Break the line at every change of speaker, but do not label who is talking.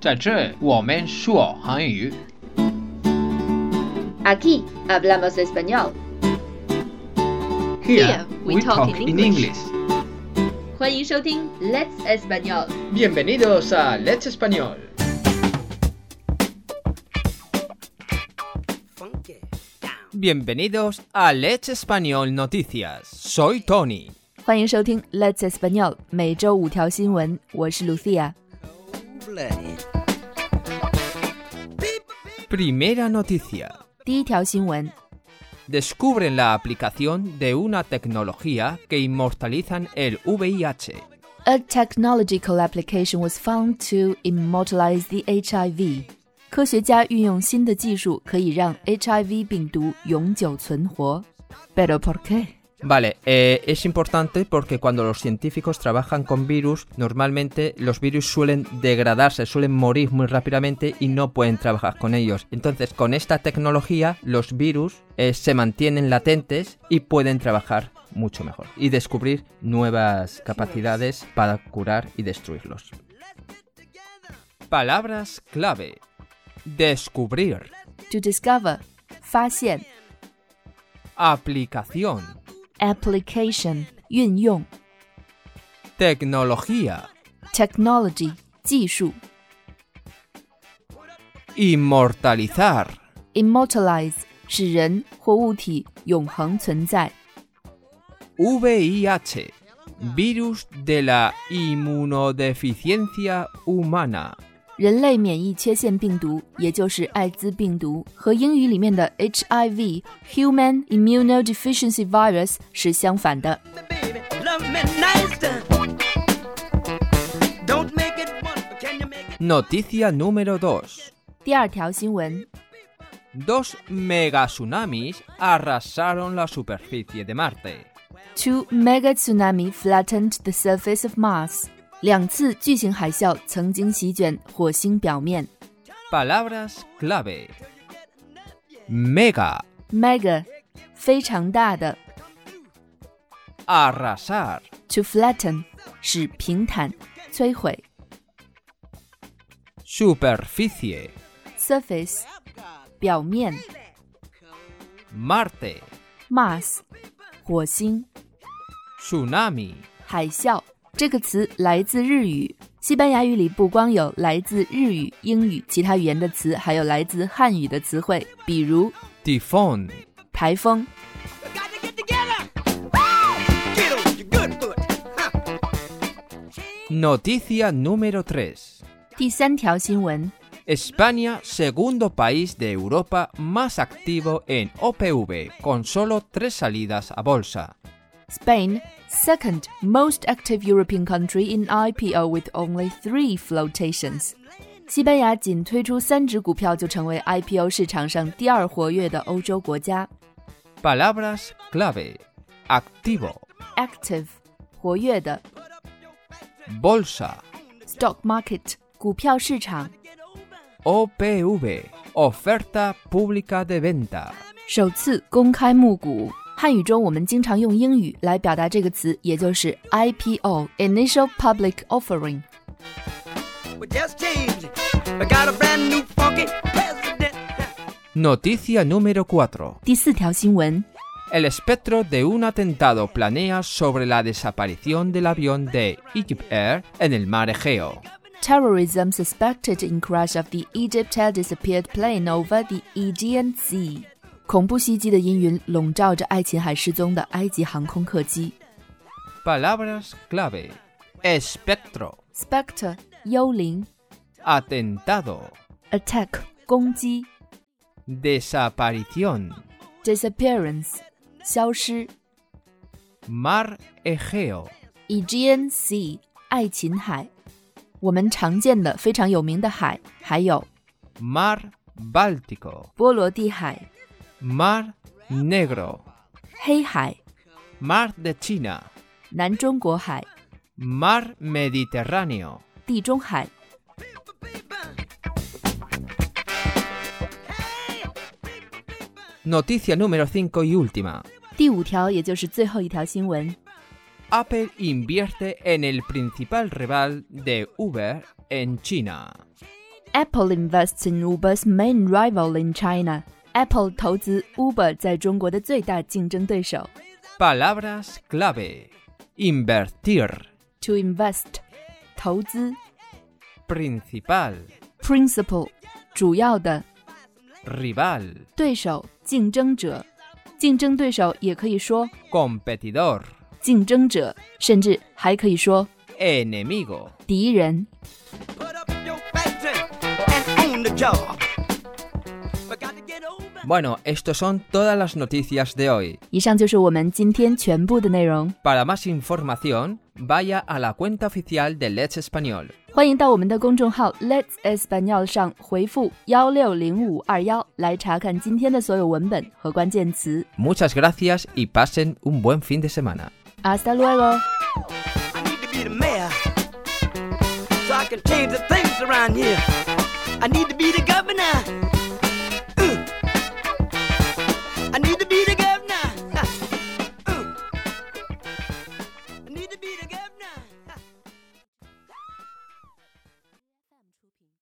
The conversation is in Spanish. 在这我们说韩语。
Aquí hablamos español。Here we talk in English. 欢迎收听 Let's Español。
Bienvenidos a Let's Español.
Bienvenidos a Let's Español Noticias. Soy Tony.
欢迎收听 Let's Español，每周五条新闻，我是 Lucia。
Primera noticia.
第一条新闻，
Descubren la aplicación de una tecnología que inmortalizan el VIH.
A technological application was found to immortalize the HIV。科学家运用新的技术，可以让 HIV 病毒永久存活。Pero por qué？
Vale, eh, es importante porque cuando los científicos trabajan con virus, normalmente los virus suelen degradarse, suelen morir muy rápidamente y no pueden trabajar con ellos. Entonces, con esta tecnología, los virus eh, se mantienen latentes y pueden trabajar mucho mejor y descubrir nuevas capacidades para curar y destruirlos. Palabras clave. Descubrir.
To discover，发现
Aplicación.
；application，运用
Tecnología.
；technology，技术
Inmortalizar.
；immortalize，使人或物体永恒存在。
VIH, virus de la inmunodeficiencia humana.
人类免疫缺陷病毒，也就是艾滋病毒，和英语里面的 HIV（Human Immunodeficiency Virus） 是相反的。
baby. Love me nice. Don't make it one, but can you make it?
Noticia número 2.
第二条新闻：
Dos megatsunamis arrasaron la superficie de Marte.
Two mega tsunami flattened the surface of Mars。两次巨型海啸曾经席卷火星表面。
Palabras clave. Mega,
Mega，非常大的
arrasar,
；to flatten，使平坦、摧毁
superficie,
；surface，表面
Marte,
；Mars，火星。
tsunami,
海啸这个词来自日语，西班牙语里不光有来自日语、英语其他语言的词，还有来自汉语的词汇，比如
tifón,
台风、
You got to get together. Woo! Get on your good foot. Huh.
Noticia número 3.
第三条新闻。
España, segundo país de Europa más activo en OPV, con solo tres salidas a bolsa.
Spain, second most active European country in IPO with only three flotations。西班牙仅推出三只股票就成为 IPO 市场上第二活跃的欧洲国家。
Palabras clave. Activo,
Active，活跃的
bolsa,
stock market，股票市场。
OPV, oferta pública de venta.
首次公开募股。汉语中我们经常用英语来表达这个词，也就是 IPO（Initial Public Offering）。
We just changed. I got a brand new funky president.
Noticia número 4.
第四条新闻
El espectro de un atentado planea sobre la desaparición del avión de Egypt Air en el mar Egeo.
：Terrorism suspected in crash of the Egypt Air disappeared plane over the Aegean Sea。恐怖袭击的阴云笼罩着爱琴海失踪的埃及航空客机。
Palabras clave. Espectro.
Spectre 幽灵
Atentado.
，attack 攻击
Desaparición.
，disappearance 消失
Mar Egeo.
Aegean Sea 爱琴海，我们常见的非常有名的海，还有
Mar Báltico.
波罗的海、
Mar Negro.
黑海、
Mar de China.
南中国海、
Mar Mediterráneo.
地中海。
Noticia número 5 y última.
第五条，也就是最后一条新闻
Apple invierte en el principal rival de Uber en China.
Apple invests in Uber's main rival in China. Apple 投资 Uber 在中国的最大竞争对手。
Palabras clave. Invertir.
To invest，投资
Principal.
；principal，主要的
Rival.
对手、竞争者。竞争对手也可以说
Competidor.
竞争者，甚至还可以说
Enemigo.
敌人。
Put up your factory and own the job. But got to get over.
Bueno, estos son todas las noticias de hoy.
以上就是我们今天全部的内容，
Para más información, vaya a la cuenta oficial de Let's Español.
欢迎到我们的公众号 Let's Espanol 上回复幺六零五二幺来查看今天的所有文本和关键词。
Muchas gracias y pasen un buen fin de semana.
Hasta luego。
I need to be the mayor so I can change the things around here. I need to be the governor. Mm. I need to